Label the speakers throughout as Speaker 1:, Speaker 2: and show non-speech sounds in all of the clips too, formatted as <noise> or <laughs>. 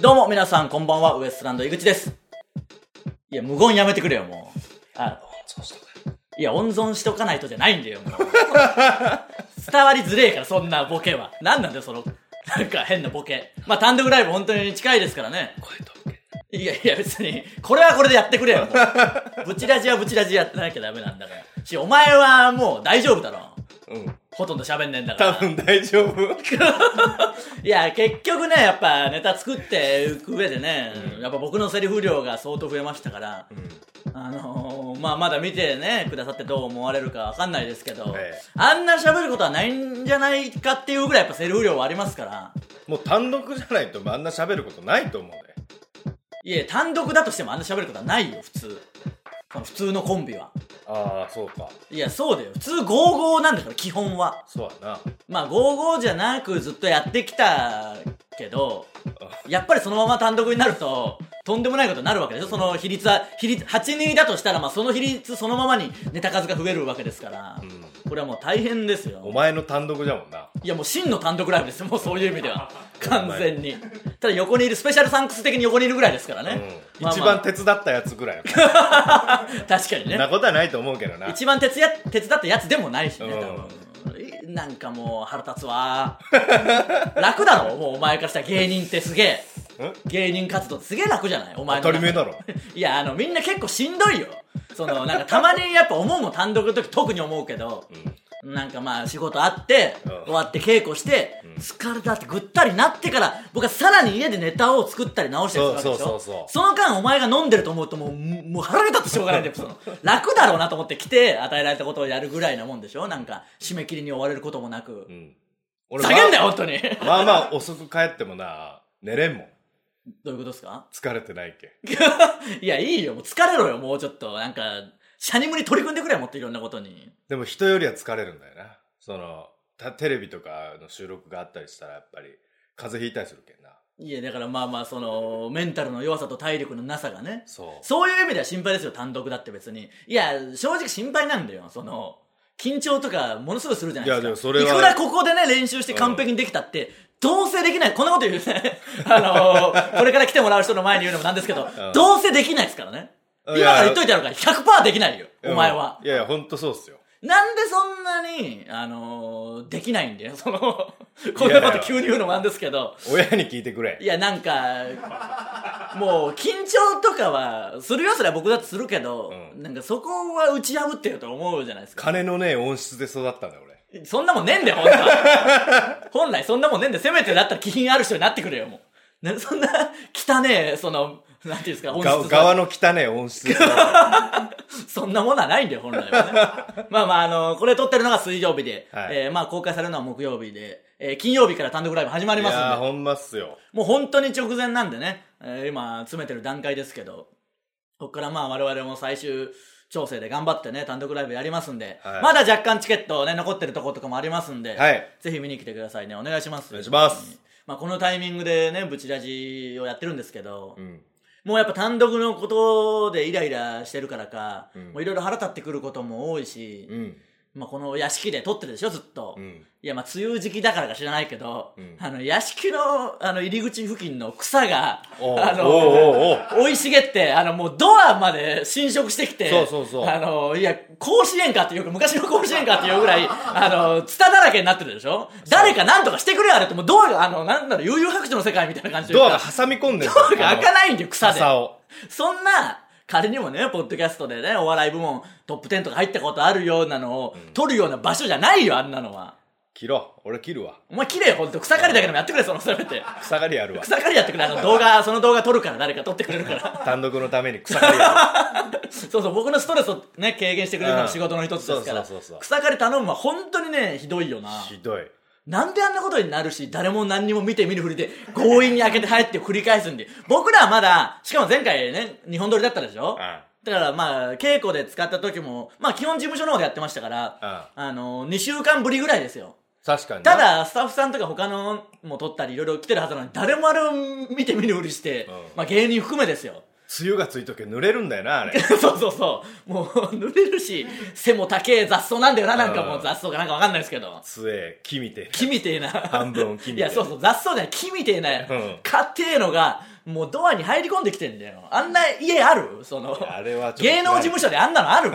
Speaker 1: どうも皆さんこんばんは、ウエストランド井口です。いや、無言やめてくれよ、もう。あ
Speaker 2: そうした
Speaker 1: いや、温存しておかないとじゃないんだよ、もう。 <laughs> 伝わりづれえから、そんなボケは。なんなんだよ、その、なんか変なボケ。まあ、単独ライブ本当に近いですからね。
Speaker 2: 声と受け
Speaker 1: いやいや、別に、これはこれでやってくれよ、もう。ブチラジはブチラジやってなきゃダメなんだから。し、お前はもう大丈夫だろ。
Speaker 2: うん
Speaker 1: ほとんど喋んねえんだか
Speaker 2: 多
Speaker 1: ら。
Speaker 2: 分大丈夫
Speaker 1: いや、結局ね、やっぱネタ作っていく上でね、やっぱ僕のセリフ量が相当増えましたから、あのー、まあまだ見てね、くださってどう思われるかわかんないですけど、
Speaker 2: ええ
Speaker 1: あんな喋ることはないんじゃないかっていうぐらいやっぱセリフ量はありますから、
Speaker 2: もう単独じゃないとあんな喋ることないと思うね
Speaker 1: いや、単独だとしてもあんな喋ることはないよ、普通。その普通のコンビは。
Speaker 2: ああそうか
Speaker 1: いや、そうだよ。普通55なんだから、基本は。
Speaker 2: そうや
Speaker 1: まあ、55じゃなくずっとやってきたけど、やっぱりそのまま単独になると、とんでもないことになるわけでしょその比率は、比率、8人だとしたら、まあその比率そのままにネタ数が増えるわけですから、これはもう大変ですよ
Speaker 2: な。お前の単独じゃもんない
Speaker 1: やもう真の単独ライブ
Speaker 2: <laughs>
Speaker 1: ですよ、もうそういう意味では。完全に。ただ横にいる、スペシャルサンクス的に横にいるぐらいですから
Speaker 2: うん
Speaker 1: ね。まあ
Speaker 2: 一
Speaker 1: まあ
Speaker 2: 番手伝ったやつぐらいよ
Speaker 1: 確かに
Speaker 2: そ
Speaker 1: ね
Speaker 2: ん。なことはないと思うけどな
Speaker 1: 一番手伝手伝ったやつでもないしね、多分。いなんかもう腹立つわ楽だろもうお前からしたら芸人ってすげえ
Speaker 2: うん
Speaker 1: 芸人活動ってすげえ楽じゃないお前
Speaker 2: 当
Speaker 1: の
Speaker 2: た
Speaker 1: 中
Speaker 2: り
Speaker 1: で
Speaker 2: 前だろ
Speaker 1: <laughs> いやあのみんな結構しんどいよそのなんかたまにやっぱ思うもん単独の時特に思うけど、なんかまあ仕事あって、
Speaker 2: うん
Speaker 1: 終わって稽古して、疲れたってぐったりなってから僕はさらに家でネタを作ったり直したりするわけでしょ
Speaker 2: そうそうそうそ
Speaker 1: の
Speaker 2: う
Speaker 1: 間お前が飲んでると思うともうもう腹が立ってしょうがないんだよその楽だろうなと思って来て与えられたことをやるぐらいなもんでしょなんか締め切りに追われることもなく、
Speaker 2: うん
Speaker 1: 下げんだ
Speaker 2: よ
Speaker 1: よ本当に <laughs>
Speaker 2: まあまあ遅く帰ってもな寝れんもん
Speaker 1: どういうことですか
Speaker 2: 疲れてないけ
Speaker 1: いや、いいよ。もう疲れろよ、もうちょっと。なんか、シャニムに取り組んでくれよ、もっといろんなことに。
Speaker 2: でも人よりは疲れるんだよなそのたテレビとかの収録があったりしたらやっぱり風邪ひいたりするけんない
Speaker 1: や、だからまあまあ、その、メンタルの弱さと体力のなさがね。
Speaker 2: そう
Speaker 1: そういう意味では心配ですよ、単独だって別に。いや、正直心配なんだよ、その、緊張とかものすごいするじゃないですか。
Speaker 2: いやでもそれはい
Speaker 1: くらここでね、練習して完璧にできたって、どうせできない。こんなこと言うね。 <laughs> あのー、これから来てもらう人の前に言うのもなんですけど、
Speaker 2: ん
Speaker 1: どうせできないですからね。
Speaker 2: うん
Speaker 1: 今から言っといてやるから、100%できないよ、お前は。
Speaker 2: うんいやいやほんとそうっすよ
Speaker 1: なんでそんなに、あのーできないんだよ。その、こんなこと急に言うのもあんですけど。
Speaker 2: 親に聞いてくれ
Speaker 1: いや、なんか、もう、緊張とかは、するよ、それは僕だってするけど、
Speaker 2: うん
Speaker 1: なんかそこは打ち破ってよと思うじゃないですか。
Speaker 2: 金のねえ音質で育ったんだよ俺
Speaker 1: そんなもんねえんだよ、本当は。
Speaker 2: <laughs>
Speaker 1: 本来そんなもんねえんだよ。せめてだったら気品ある人になってくれよ、もう。ね、そんな、汚ねえ、その、なんていうんですか、音質
Speaker 2: が側の汚え
Speaker 1: <laughs>
Speaker 2: 音質で育った
Speaker 1: そんなものはないんだよ、本来は
Speaker 2: <laughs>
Speaker 1: ね。まあまあ、あのこれ撮ってるのが水曜日で、
Speaker 2: はい
Speaker 1: えーまあ公開されるのは木曜日で、えー金曜日から単独ライブ始まり
Speaker 2: い
Speaker 1: ます
Speaker 2: やー
Speaker 1: んで、
Speaker 2: ほんまっすよ
Speaker 1: もう本当に直前なんでね、えー今詰めてる段階ですけど、ここからまあ我々も最終調整で頑張ってね、単独ライブやりますんで、
Speaker 2: はい
Speaker 1: まだ若干チケットね、残ってるとことかもありますんで、
Speaker 2: はい
Speaker 1: ぜひ見に来てくださいね、お願いします。
Speaker 2: お願いします。
Speaker 1: まあこのタイミングでね、ブチラジをやってるんですけど、
Speaker 2: うん
Speaker 1: もうやっぱ単独のことでイライラしてるからか、
Speaker 2: ん
Speaker 1: もういろいろ腹立ってくることも多いし、
Speaker 2: うん
Speaker 1: まあこの屋敷で撮ってるでしょ、ずっと。
Speaker 2: うん
Speaker 1: いや、まあ梅雨時期だからか知らないけど、
Speaker 2: ん
Speaker 1: あの、屋敷の、あの、入り口付近の草が、
Speaker 2: おう
Speaker 1: あの、
Speaker 2: おうおうお
Speaker 1: <laughs>
Speaker 2: う
Speaker 1: 生い茂って、あの、もうドアまで侵食してきて、
Speaker 2: そうそうそう
Speaker 1: あの、いや、甲子園かっていうか、昔の甲子園かっていうぐらい、あの、ツタだらけになってるでしょ誰かなんとかしてくれよ、あれって、もうドアが、あの、なんだろう、悠々白書の世界みたいな感じで。
Speaker 2: ドアが挟み込んでる
Speaker 1: ドアが開か
Speaker 2: い
Speaker 1: ないんだよ、草で。
Speaker 2: 朝を
Speaker 1: そんな、仮にもね、ポッドキャストでね、お笑い部門トップ10とか入ったことあるようなのを、取るような場所じゃないよ、あんなのは。
Speaker 2: 切ろう俺切るわ
Speaker 1: お前綺麗ほんと、草刈りだけでもやってくれ、そのせめて。
Speaker 2: 草刈りやるわ
Speaker 1: 草刈りやってくれ、あの動
Speaker 2: <laughs>
Speaker 1: 画、その動画撮るから、誰か撮ってくれるから。 <laughs>
Speaker 2: 単独のために草刈りや
Speaker 1: そうそう、僕のストレスをね、軽減してくれるのが仕事の一つですから
Speaker 2: うんそうそうそうそ。う
Speaker 1: 草刈り頼むのは本当にね、ひどいよな。
Speaker 2: るひどい
Speaker 1: なんであんなことになるし、誰も何にも見て見ぬふりで、強引に開けて入って繰り返すんで。僕らはまだ、しかも前回ね、日本撮りだったでしょだからまあ、稽古で使った時も、まあ基本事務所の方でやってましたから、あの、2週間ぶりぐらいですよ。
Speaker 2: 確かにな
Speaker 1: ただ、スタッフさんとか他のも撮ったりいろいろ来てるはずなのに、誰もあれを見て見ぬふりして、
Speaker 2: うん
Speaker 1: まあ芸人含めです
Speaker 2: <laughs>
Speaker 1: よ。
Speaker 2: 梅雨がついとけ濡れるんだよな
Speaker 1: <laughs>
Speaker 2: あれ
Speaker 1: そうそうそう。もう濡れるし、背も高え雑草なんだよな、なんかもう雑草かなんかわかんないですけど。
Speaker 2: 杖木みてえ
Speaker 1: 木みてえな。
Speaker 2: 半分木み
Speaker 1: いや、
Speaker 2: たいな
Speaker 1: そうそう、雑草じゃない、木みてえな、
Speaker 2: ん
Speaker 1: かってえのが、もうドアに入り込んできてんだよ。あんな家あるその
Speaker 2: い、やあれはちょっと
Speaker 1: 芸能事務所であんなの
Speaker 2: <laughs>
Speaker 1: ある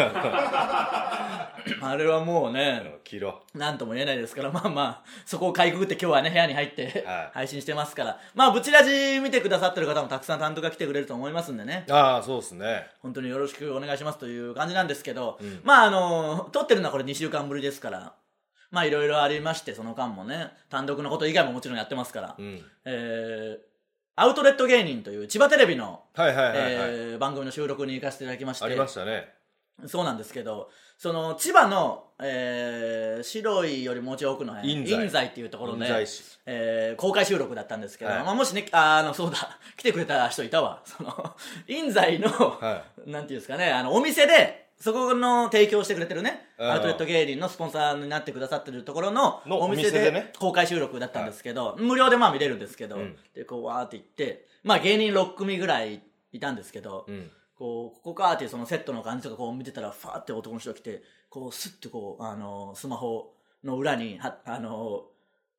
Speaker 1: あれはもうね、
Speaker 2: うん切ろ
Speaker 1: なんとも言えないですから、まあまあ、そこをかいくぐって今日はね、部屋に入って
Speaker 2: はい
Speaker 1: 配信してますから、まあ、ブチラジ見てくださってる方もたくさん担当が来てくれると思いますんでね。
Speaker 2: うああそうですね
Speaker 1: 本当によろしくお願いしますという感じなんですけど、
Speaker 2: うん
Speaker 1: まああの撮ってるのはこれ2週間ぶりですからまあいろいろありましてその間もね単独のこと以外ももちろんやってますから、
Speaker 2: うん
Speaker 1: えーアウトレット芸人という千葉テレビの、
Speaker 2: はいはいはいはい、
Speaker 1: えー番組の収録に行かせていただきまして
Speaker 2: ありましたね
Speaker 1: そうなんですけどその千葉の、えー白いよりもうちょい奥の辺
Speaker 2: 印西
Speaker 1: 印西っていうところで
Speaker 2: 印西市
Speaker 1: えー公開収録だったんですけど、
Speaker 2: はい
Speaker 1: まあ、もしねああのそうだ <laughs> 来てくれた人いたわその印西の、
Speaker 2: は
Speaker 1: なんていうんですかねあのお店でそこの提供してくれてるね
Speaker 2: うん
Speaker 1: アウトレット芸人のスポンサーになってくださってるところの
Speaker 2: の
Speaker 1: お店
Speaker 2: お店で
Speaker 1: で
Speaker 2: ね
Speaker 1: 公開収録だったんですけど、無料でまあ見れるんですけど、
Speaker 2: うん
Speaker 1: でこうわーって行ってまあ芸人6組ぐらいいたんですけど、
Speaker 2: うん
Speaker 1: こう、ここかーっていうそのセットの感じとかこう見てたら、ファーって男の人が来て、こう、スッてこう、あのースマホの裏に、は、あのー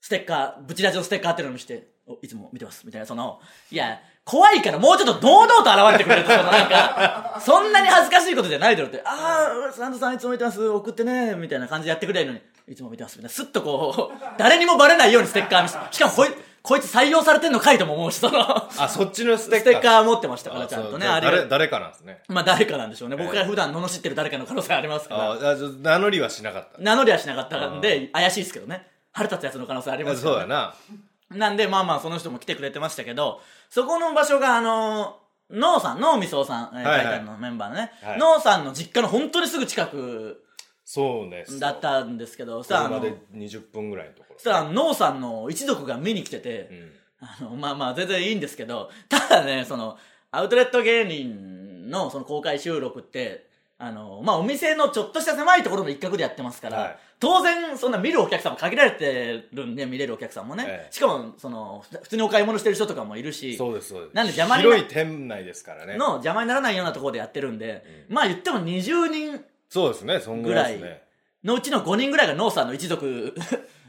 Speaker 1: ステッカー、ブチラジのステッカーっていうのを見せて、お、いつも見てます、みたいな、その、いや、怖いからもうちょっと堂々と現れてくれと、そのなん
Speaker 2: <laughs>
Speaker 1: か、そんなに恥ずかしいことじゃないだろって、あー、サンドさんいつも見てます、送ってね、みたいな感じでやってくれるのに、いつも見てます、みたいな、スッとこう、誰にもバレないようにステッカー見せて、しかもこい、こいつ採用されてんのかいとも思うし、その、
Speaker 2: あそっちのス
Speaker 1: ス
Speaker 2: テ
Speaker 1: テ
Speaker 2: ッカー
Speaker 1: ッカー持ってましたから、
Speaker 2: あ
Speaker 1: ちゃんと
Speaker 2: そう
Speaker 1: ね、
Speaker 2: じゃ
Speaker 1: あ
Speaker 2: あ
Speaker 1: りがと
Speaker 2: 誰誰かなんですね
Speaker 1: まあ誰かなんでしょうね。僕が普段罵ってる誰かの可能性ありますか
Speaker 2: あ
Speaker 1: ら。
Speaker 2: あじゃあ名乗りはしなかった
Speaker 1: 名乗りはしなかったんで、怪しいですけどね。腹立つやつの可能性ありま
Speaker 2: あ
Speaker 1: すから
Speaker 2: そ
Speaker 1: ね
Speaker 2: うだな
Speaker 1: なんで、まあまあ、その人も来てくれてましたけど、そこの場所が、あのー、ノーさん、ノーミソウさん、えー
Speaker 2: はいはい
Speaker 1: タイタンのメンバーのね、
Speaker 2: はい
Speaker 1: ノーさんの実家の本当にすぐ近く
Speaker 2: そうねそう
Speaker 1: だったんですけど、そしたら、あ
Speaker 2: 車
Speaker 1: の、
Speaker 2: で
Speaker 1: そ
Speaker 2: 20分ぐらいのところ
Speaker 1: したら、ノーさんの一族が見に来てて、
Speaker 2: うん
Speaker 1: あの、まあまあ、全然いいんですけど、ただね、その、アウトレット芸人のその公開収録って、あの、まあお店のちょっとした狭いところの一角でやってますから、
Speaker 2: はい
Speaker 1: 当然そんな見るお客さんも限られてるんで、見れるお客さんもね。
Speaker 2: ええ
Speaker 1: しかも、その、ふ普通にお買い物してる人とかもいるし、
Speaker 2: そうですそうです
Speaker 1: なんで邪魔にな
Speaker 2: 広い店内ですからね
Speaker 1: の邪魔にならないようなところでやってるんで、まあ言っても20人
Speaker 2: そうですねそんぐらいです
Speaker 1: ぐら
Speaker 2: ね
Speaker 1: のうちの5人ぐらいがノーさんの一
Speaker 2: <laughs>
Speaker 1: 族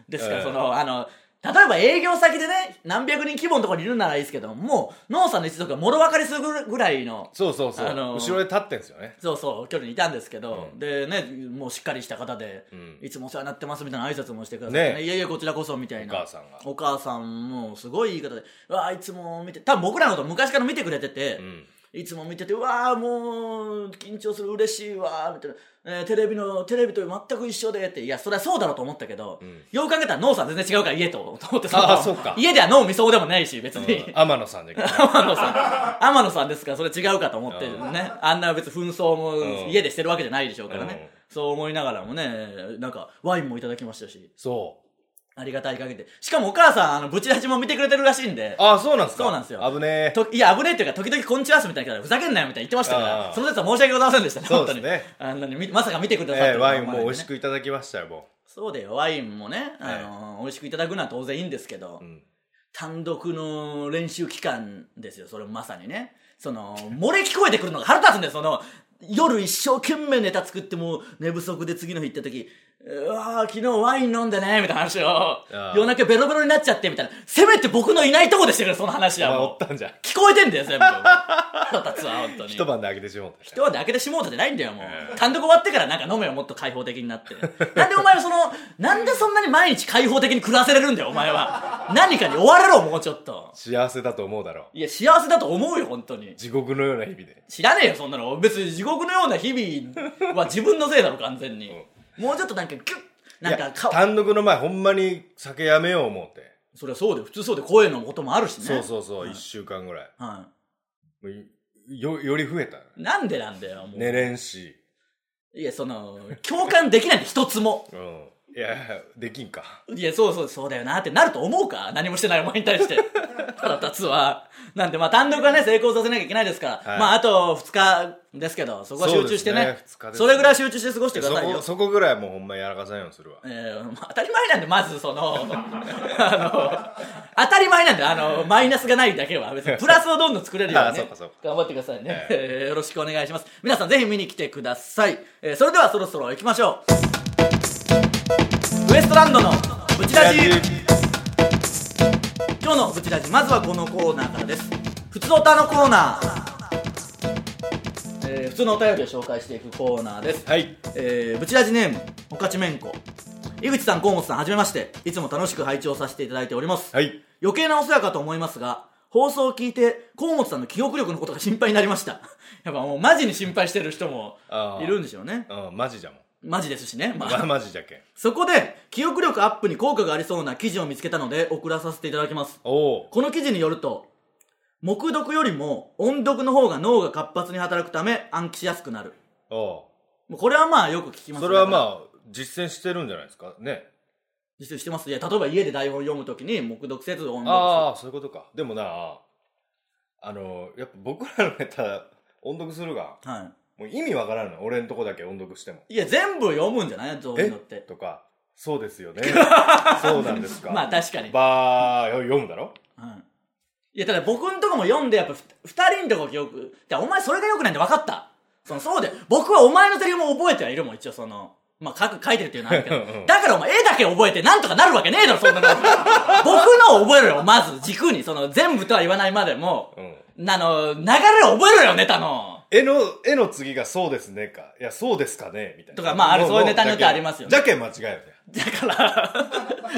Speaker 1: ですから、
Speaker 2: ええ
Speaker 1: その、あの、例えば営業先でね、何百人規模のところにいるならいいですけど、もう、ノーさんの一族がもろ分かりするぐらいの、
Speaker 2: そうそうそう
Speaker 1: あのー
Speaker 2: 後ろで立ってんですよね
Speaker 1: そうそう、距離にいたんですけど、
Speaker 2: うん
Speaker 1: でね、もうしっかりした方で、
Speaker 2: うん
Speaker 1: いつもお世話になってますみたいな挨拶もしてくださって、ね
Speaker 2: ね
Speaker 1: いやいや、こちらこそみたいな。
Speaker 2: お母さんが
Speaker 1: お母さんも、すごいいい方で、うわあ、いつも見て、多分僕らのこと昔から見てくれてて、
Speaker 2: うん
Speaker 1: いつも見てて、うわーもう、緊張する、嬉しいわー、みたいな、えーテレビの、テレビと全く一緒で、って、いや、そりゃそうだろうと思ったけど、
Speaker 2: ん
Speaker 1: よう考えたら、ノーさん全然違うから、家と、と思って
Speaker 2: あー
Speaker 1: の
Speaker 2: そうか
Speaker 1: 家ではノー見そうでもないし、別に。
Speaker 2: うん天野さんで
Speaker 1: 天野さん、天野さんですから、それ違うかと思って
Speaker 2: う
Speaker 1: ね、あんな別に紛争
Speaker 2: う
Speaker 1: も
Speaker 2: ん
Speaker 1: 家でしてるわけじゃないでしょうからね
Speaker 2: う、
Speaker 1: そう思いながらもね、なんか、ワインもいただきましたし、
Speaker 2: そ
Speaker 1: ありがたい限りで、しかもお母さん、あの、ブチラジも見てくれてるらしいんで
Speaker 2: う、ああそうなんですか
Speaker 1: そうなんですよ
Speaker 2: 危ねえ
Speaker 1: といや、危ねえっていうか、時々こんちはすみたいなから、ふざけんなよみたいな言ってましたか
Speaker 2: あ
Speaker 1: ら、
Speaker 2: ー
Speaker 1: その説は申し訳ございませんでしたね、
Speaker 2: そ
Speaker 1: 本
Speaker 2: う
Speaker 1: 当
Speaker 2: で
Speaker 1: に
Speaker 2: す。ね
Speaker 1: あんなにみまさか見てくださって
Speaker 2: ええ
Speaker 1: るとは
Speaker 2: ワイン
Speaker 1: 思わない
Speaker 2: も
Speaker 1: んでね
Speaker 2: 美味しくいただきましたよも
Speaker 1: そうだよ、ワインもね、あ
Speaker 2: はい
Speaker 1: のー美味しくいただくのは当然いいんですけど
Speaker 2: う、うん
Speaker 1: 単独の練習期間ですよ、それまさにね。その、漏れ聞こえてくるのが腹立つんだよ、その、夜一生懸命ネタ作ってもう寝不足で次の日行った時、うわー昨日ワイン飲んでね、みたいな話を
Speaker 2: あ、ー
Speaker 1: 夜中ベロベロになっちゃって、みたいな。せめて僕のいないとこでしてくれ、その話
Speaker 2: お前
Speaker 1: は
Speaker 2: お
Speaker 1: も
Speaker 2: っ
Speaker 1: う。
Speaker 2: たんじゃん
Speaker 1: 聞こえてんだよ、全部。腹立つわ、本当に。
Speaker 2: 一晩であげてしまうた
Speaker 1: 一晩で開けてしもうたじゃないんだよ、も
Speaker 2: え
Speaker 1: う。単独終わってからなんか飲めよ、もっと開放的になって。なんでお前はその、なんでそんなに毎日開放的に暮らせれるんだよ、お前は。何かに追われろ、もうちょっと。
Speaker 2: 幸せだと思うだろう
Speaker 1: いや、幸せだと思うよ、本当に。
Speaker 2: 地獄のような日々で
Speaker 1: 知らねえよ、そんなの。別に地獄のような日々は自分のせいだろ、完全に。もうちょっとなんか、ギュッ、なん
Speaker 2: いや
Speaker 1: か顔、
Speaker 2: 単独の前ほんまに酒やめよう思って、
Speaker 1: それはそうで、普通そうで声のこともあるしね。
Speaker 2: そうそうそう、一週間ぐらい
Speaker 1: は
Speaker 2: もうよより増えた
Speaker 1: い。なんでなんだよ、もう。
Speaker 2: 寝れんし、
Speaker 1: いや、その、共感できないんで、一つも。
Speaker 2: うん、いやできんか
Speaker 1: いや、そうそう、そうだよなってなると思うか何もしてないお前に対して。
Speaker 2: <laughs>
Speaker 1: 腹立つわ。なんで、まあ、単独はね、成功させなきゃいけないですから、
Speaker 2: はい
Speaker 1: まあ、あと2日ですけど、そこは集中して
Speaker 2: そう
Speaker 1: ね
Speaker 2: で、すね
Speaker 1: そ
Speaker 2: 二日ですね
Speaker 1: れぐらい集中して過ごしてくだ
Speaker 2: そ
Speaker 1: さい
Speaker 2: こ
Speaker 1: よ。
Speaker 2: そこぐらいはもうほんまやらかさんようにするわ
Speaker 1: えーまあ当たり前なんで、まずその、 <laughs> あの、当たり前なんで、あの、マイナスがないだけは、別にプラスをどんどん作れるように、
Speaker 2: <laughs> あ
Speaker 1: ね
Speaker 2: そうかそうか、
Speaker 1: 頑張ってくださいね、
Speaker 2: え
Speaker 1: えーよろしくお願いします。皆さんぜひ見に来てください。えーそれではそろそろ行きましょう。ウエストランドのブチラジ今日のブチラジまずはこのコーナーからです普通おたのコーナー、えー、普通のお便りを紹介していくコーナーです
Speaker 2: はい
Speaker 1: えー、ブチラジネーム、おかちめんこ。井口さん、河本さん、はじめまして。いつも楽しく拝聴させていただいております。
Speaker 2: はい
Speaker 1: 余計なお世話かと思いますが、放送を聞いて、河本さんの記憶力のことが心配になりました。 <laughs> やっぱもうマジに心配してる人も
Speaker 2: あー
Speaker 1: いるんでしょうね。
Speaker 2: うんマジじゃもん
Speaker 1: マジですしね。ま
Speaker 2: ま
Speaker 1: あ、
Speaker 2: マジじゃけん
Speaker 1: そこで、記憶力アップに効果がありそうな記事を見つけたので、送らさせていただきます。
Speaker 2: おお
Speaker 1: この記事によると、黙読よりも音読の方が脳が活発に働くため暗記しやすくなる。
Speaker 2: おお
Speaker 1: もうこれはまあよく聞きます
Speaker 2: それは
Speaker 1: あ
Speaker 2: まあ実践してるんじゃないですかね
Speaker 1: 実践してますいや例えば家で台本読むときに黙読せず音読
Speaker 2: ああそういうことかでもなあのやっぱ僕らのネタ音読するが
Speaker 1: する、は
Speaker 2: もう意味わからんの俺のとこだけ音読しても
Speaker 1: い、いや全部読むんじゃないどういうのって
Speaker 2: とかそうで
Speaker 1: <laughs>
Speaker 2: すよねそうなんですか
Speaker 1: まあ確かに、
Speaker 2: ばー読むだろ
Speaker 1: うん、いやただ僕んとこも読んでやっぱふ二人んとこ記憶だからお前それがよくないんで分かったそのそうで僕はお前のセリフも覚えてはいるもん一応そのまあ書く書いてるっていうのはあるけど
Speaker 2: うんうん
Speaker 1: だからお前絵だけ覚えてなんとかなるわけねえだろそんなの僕のを覚えろよまず軸にその全部とは言わないまでも
Speaker 2: うん
Speaker 1: あの流れを覚えろよネタの
Speaker 2: 絵の絵の次がそうですねかいやそうですかねみたいな
Speaker 1: とかまあある
Speaker 2: も
Speaker 1: そういうネタによって
Speaker 2: も
Speaker 1: ありますよね
Speaker 2: じゃけん間違えるね
Speaker 1: だから、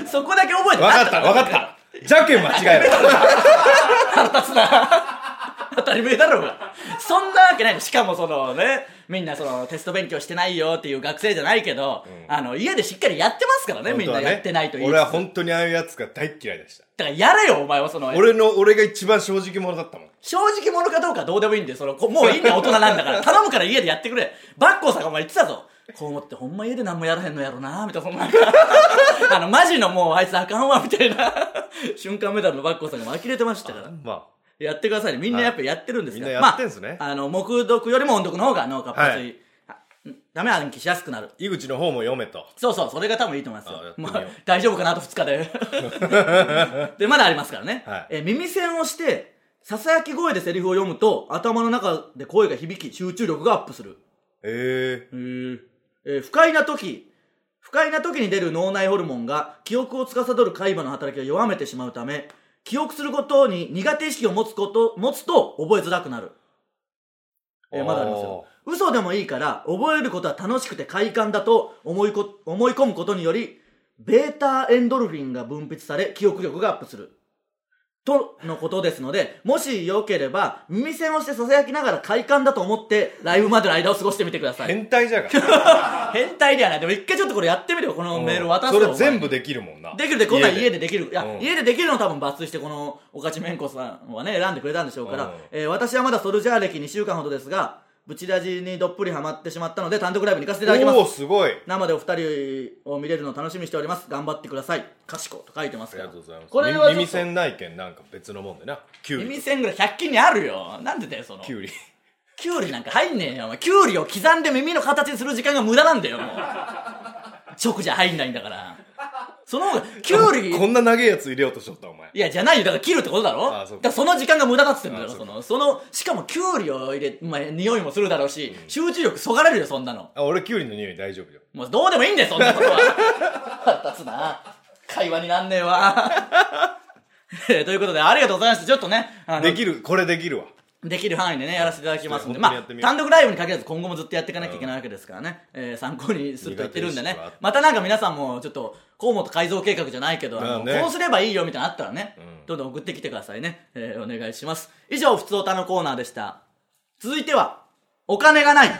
Speaker 1: そこだけ覚えて
Speaker 2: 分かった分かったじゃけん間違える
Speaker 1: <laughs> 当たり前だろうが。そんなわけないの。しかもそのね、みんなそのテスト勉強してないよっていう学生じゃないけど、
Speaker 2: うん
Speaker 1: あの、家でしっかりやってますからね、みんなやってないといい。
Speaker 2: 俺は
Speaker 1: だか
Speaker 2: 本当にああいうやつが大っ嫌いでした
Speaker 1: らやれよ、お前はその、
Speaker 2: 俺の俺が一番正直者だったもん
Speaker 1: 正直者かどうかどうでもいいんで、その、こもういいんだよ、大人なんだ
Speaker 2: <laughs>
Speaker 1: から。頼むから家でやってくれ。バッコーさんがお前言ってたぞ。こう思ってほんま家で何もやらへんのやろなみたいな、そんな <laughs> なんかあの、マジのもうあいつあかんわ、みたいな。 <laughs> 瞬間メダルのバッコーさんが呆れてましたから。
Speaker 2: ま
Speaker 1: やってくださいね。みんなやっぱやってるんですから
Speaker 2: はいみんなやってんすね
Speaker 1: まあ、あの、黙読よりも音読の方が脳活発
Speaker 2: はい
Speaker 1: に、あんダメ暗記しやすくなる。
Speaker 2: あ井口の方も読
Speaker 1: <laughs>
Speaker 2: めと
Speaker 1: そうそう、それが多分いいと思います
Speaker 2: あや
Speaker 1: よ
Speaker 2: っ。てみ
Speaker 1: ま
Speaker 2: よう
Speaker 1: あ、大丈夫かなあと2日で。
Speaker 2: <laughs>
Speaker 1: で、まだありますからね。
Speaker 2: はい
Speaker 1: えー耳栓をして、ささやき声でセリフを読むと、頭の中で声が響き、集中力がアップする。
Speaker 2: え
Speaker 1: へ
Speaker 2: え
Speaker 1: ーえー不快な時不快な時に出る脳内ホルモンが記憶を司る海馬の働きを弱めてしまうため記憶することに苦手意識を持つこと持つと覚えづらくなる、えーまだありますよ嘘でもいいから覚えることは楽しくて快感だと思いこ思い込むことによりベータエンドルフィンが分泌され記憶力がアップするとのことですのでもしよければ耳栓をしてささやきながら快感だと思ってライブまでの間を過ごしてみてください
Speaker 2: 変態
Speaker 1: <laughs>
Speaker 2: じゃが
Speaker 1: 変態ではない。でも一回ちょっとこれやってみるよ。このメール渡す
Speaker 2: そ
Speaker 1: よ
Speaker 2: れ全
Speaker 1: お
Speaker 2: 部できるもんな
Speaker 1: 前できるで、こんなん家
Speaker 2: で
Speaker 1: でできる。いや、
Speaker 2: うん
Speaker 1: 家でできるの多分抜粋して、この、おかちめんこさんはね、選んでくれたんでしょうから、
Speaker 2: うん
Speaker 1: えー私はまだソルジャー歴2週間ほどですが、ブチラジにどっぷりハマってしまったので、単独ライブに行かせていただきま
Speaker 2: おお
Speaker 1: す。
Speaker 2: すごい
Speaker 1: 生でお二人を見れるのを楽しみにしております。頑張ってください。かしこと書いてま
Speaker 2: あ
Speaker 1: す
Speaker 2: り
Speaker 1: から。
Speaker 2: がとうございます
Speaker 1: これはちょっと
Speaker 2: 耳栓ないけんなんか別のもんでなキュウ
Speaker 1: 耳
Speaker 2: リ
Speaker 1: 栓ぐらい100均にあるよ。なんでだよ、その。
Speaker 2: キュウリ
Speaker 1: キュウリなんか入んねえよお前キュウリを刻んで耳の形にする時間が無駄なんだよもう食じゃ入んないんだからその方がキュウリ
Speaker 2: <laughs> こんな長いやつ入れようとしとったお前
Speaker 1: いやじゃないよだから切るってことだろ
Speaker 2: ああ
Speaker 1: だ
Speaker 2: そう
Speaker 1: か
Speaker 2: から
Speaker 1: その時間が無駄だっつってんだよ
Speaker 2: ああそ
Speaker 1: そう
Speaker 2: か
Speaker 1: のそのしかもキュウリを入れ、まあ、匂いもするだろうし、集中力そがれるよそんなの
Speaker 2: あ俺キュウリの匂い大丈夫よ
Speaker 1: もうどうでもいいんだよそんなことは腹立つな会話になんねえわ <laughs> えーということでありがとうございましたちょっとねあの
Speaker 2: できるこれできるわ
Speaker 1: できる範囲でねやらせていただきますんで、
Speaker 2: 本当
Speaker 1: ま
Speaker 2: にや
Speaker 1: あ
Speaker 2: ってみ、よう
Speaker 1: 単独ライブに限らず今後もずっとやっていかなきゃいけないわけですからね、えー参考にすると言ってるんで
Speaker 2: 苦手意
Speaker 1: ね
Speaker 2: 識はあった、
Speaker 1: またなんか皆さんもちょっと、河本改造計画じゃないけど、あの
Speaker 2: だよね
Speaker 1: こうすればいいよみたいなのあったらね、
Speaker 2: うん
Speaker 1: どんどん送ってきてくださいね、えーお願いします。以上、ふつおたのコーナーでした。続いては、お金がない。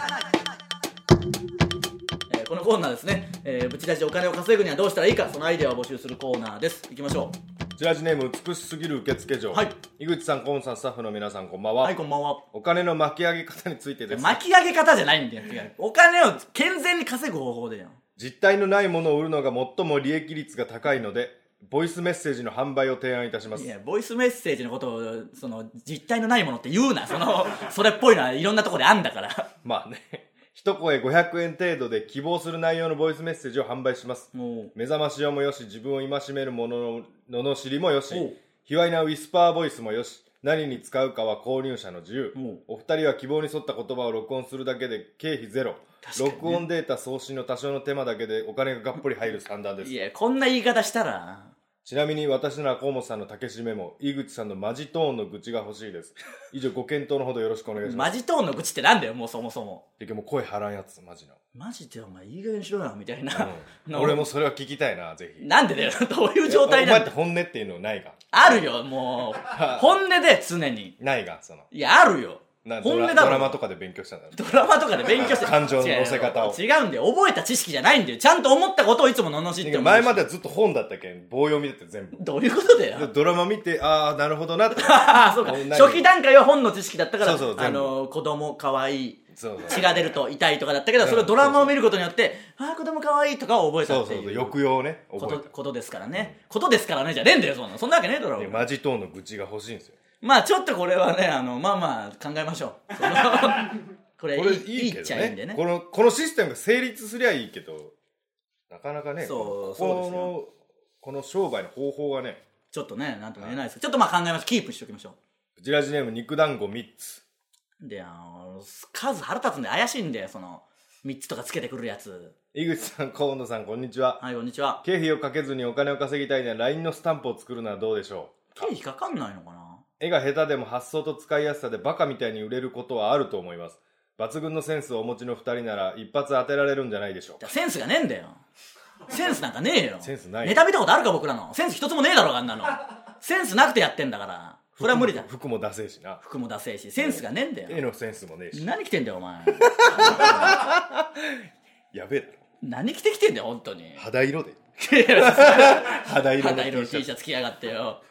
Speaker 1: えーこのコーナーですね、えー、ぶち出しお金を稼ぐにはどうしたらいいか、そのアイデアを募集するコーナーです。いきましょ
Speaker 2: ジラジネーム美しすぎる受付嬢、
Speaker 1: はい
Speaker 2: 井口さん河本さんスタッフの皆さんこんばん
Speaker 1: う。
Speaker 2: は、
Speaker 1: はい、こんばんは。
Speaker 2: お金の巻き上げ方についてです
Speaker 1: 巻き上げ方じゃないんだよ。違うお金を健全に稼ぐ方法でよ。
Speaker 2: 実体のないものを売るのが最も利益率が高いのでボイスメッセージの販売を提案いたします
Speaker 1: いや、ボイスメッセージのことを、その、実体のないものって言うな。その、それっぽいのはいろんなとこであんだから。
Speaker 2: まあね <laughs> 一声500円程度で希望する内容のボイスメッセージを販売します
Speaker 1: もう、
Speaker 2: 目覚ましをもよし自分を戒めるものの罵りもよし
Speaker 1: おう
Speaker 2: 卑猥なウィスパーボイスもよし何に使うかは購入者の自由お二人は希望に沿った言葉を録音するだけで経費ゼロ、
Speaker 1: 確かにね
Speaker 2: 録音データ送信の多少の手間だけでお金ががっぽり入る算段です
Speaker 1: いや、こんな言い方したら、
Speaker 2: ちなみに私なら河本さんの竹締めも井口さんのマジトーンの愚痴が欲しいです以上ご検討のほどよろしくお願いします
Speaker 1: マジトーンの愚痴ってなんだよ、もうそもそも。
Speaker 2: でもう声張らんやつマジの、
Speaker 1: マジでお前いい加減にしろよ、みたい <laughs> な。
Speaker 2: うん、俺もそれは聞きたいなぜひ
Speaker 1: なんでだよ、どういう状態
Speaker 2: お前
Speaker 1: な
Speaker 2: って
Speaker 1: の
Speaker 2: 本音っていうのないが
Speaker 1: あるよ、も
Speaker 2: <laughs>
Speaker 1: う。本音で、常に。
Speaker 2: ないがその
Speaker 1: いや、あるよ。
Speaker 2: な
Speaker 1: 本音
Speaker 2: ド
Speaker 1: だ
Speaker 2: ラ
Speaker 1: ろ
Speaker 2: ドラマとかで勉強したんだろ
Speaker 1: ドラマとかで勉強して
Speaker 2: 感情の乗せ方を
Speaker 1: 違うよ違うんだよ違うんだよ覚えた知識じゃないんだよちゃんと思ったことをいつも罵って
Speaker 2: 前ま
Speaker 1: で
Speaker 2: ではずっと本だったけん棒読みだって全部
Speaker 1: どういうことだ
Speaker 2: で
Speaker 1: よ
Speaker 2: ドラマ見てああなるほど
Speaker 1: <laughs>
Speaker 2: なって
Speaker 1: ああそうか
Speaker 2: 同じ
Speaker 1: 初期段階は本の知識だったから
Speaker 2: そうそう全部
Speaker 1: あの子供かわいい
Speaker 2: そうそう
Speaker 1: 血が出ると痛いとかだったけど
Speaker 2: うん
Speaker 1: それをドラマを見ることによってああ子供かわいいとかを覚え
Speaker 2: そ
Speaker 1: たっ
Speaker 2: う
Speaker 1: て
Speaker 2: そ
Speaker 1: いう
Speaker 2: そうう抑揚をね
Speaker 1: こ
Speaker 2: 覚
Speaker 1: とことですからね、ことですからねじゃねえんだよそんなそんなわけねえだろ
Speaker 2: えてマジトーンの愚痴が欲しいんですよ
Speaker 1: まあちょっとこれはねあのまあまあ考えましょ
Speaker 2: <laughs>
Speaker 1: うそのこれ
Speaker 2: これ
Speaker 1: いい
Speaker 2: いい
Speaker 1: い
Speaker 2: け
Speaker 1: っ
Speaker 2: ど
Speaker 1: ちゃいいん
Speaker 2: ね
Speaker 1: でね
Speaker 2: このこのシステムが成立すりゃいいけどなかなかね
Speaker 1: そう
Speaker 2: こ
Speaker 1: そうです
Speaker 2: の
Speaker 1: よ
Speaker 2: この商売の方法がね
Speaker 1: ちょっとねなんとも言えないですけどちょっとまあ考えましょうキープしておきましょう
Speaker 2: ブチラジネーム肉団子3つ
Speaker 1: で、あの、数腹立つんで怪しいんだよ、その、3つとかつけてくるやつ。
Speaker 2: 井口さん河野さんこんにちは
Speaker 1: はい、こんにちは。
Speaker 2: 経費をかけずにお金を稼ぎたいなら LINE のスタンプを作るのはどうでしょう
Speaker 1: 経費かかんないのかな
Speaker 2: 絵が下手でも発想と使いやすさでバカみたいに売れることはあると思います抜群のセンスをお持ちの2人なら一発当てられるんじゃないでしょう
Speaker 1: だからセンスがねえんだよ。センスなんかねえよ。
Speaker 2: センスない
Speaker 1: ネタ見たことあるか、僕らの。センス一つもねえだろ、あんなの。センスなくてやってんだから。これは無理だ。
Speaker 2: 服も出せえしな
Speaker 1: 服も出せえし、センスがねえんだ
Speaker 2: 絵
Speaker 1: よ。
Speaker 2: のセンスもねえし
Speaker 1: 何着てんだよ、お前。
Speaker 2: やべえだろ
Speaker 1: 何着てきてんだよ、本当に。
Speaker 2: 肌色で肌色
Speaker 1: 肌
Speaker 2: で
Speaker 1: 色の T シャツ着やがってよ。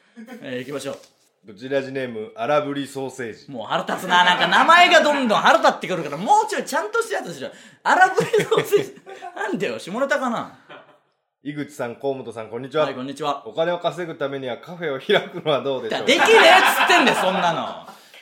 Speaker 1: えー、行きましょ
Speaker 2: ブチラジネーム荒ぶりソーセージ
Speaker 1: う。もう腹立つな。なんか名前がどんどん腹立ってくるから、もうちょいちゃんとしたやつしろ。荒ぶりのおせなんだよ、下ネタかな。
Speaker 2: 井口さん河本さんこんにちは、
Speaker 1: はい、こんにちは。
Speaker 2: お金を稼ぐためにはカフェを開くのはどうでし
Speaker 1: だ
Speaker 2: ょう
Speaker 1: できねえっつってんだよ、そんなの。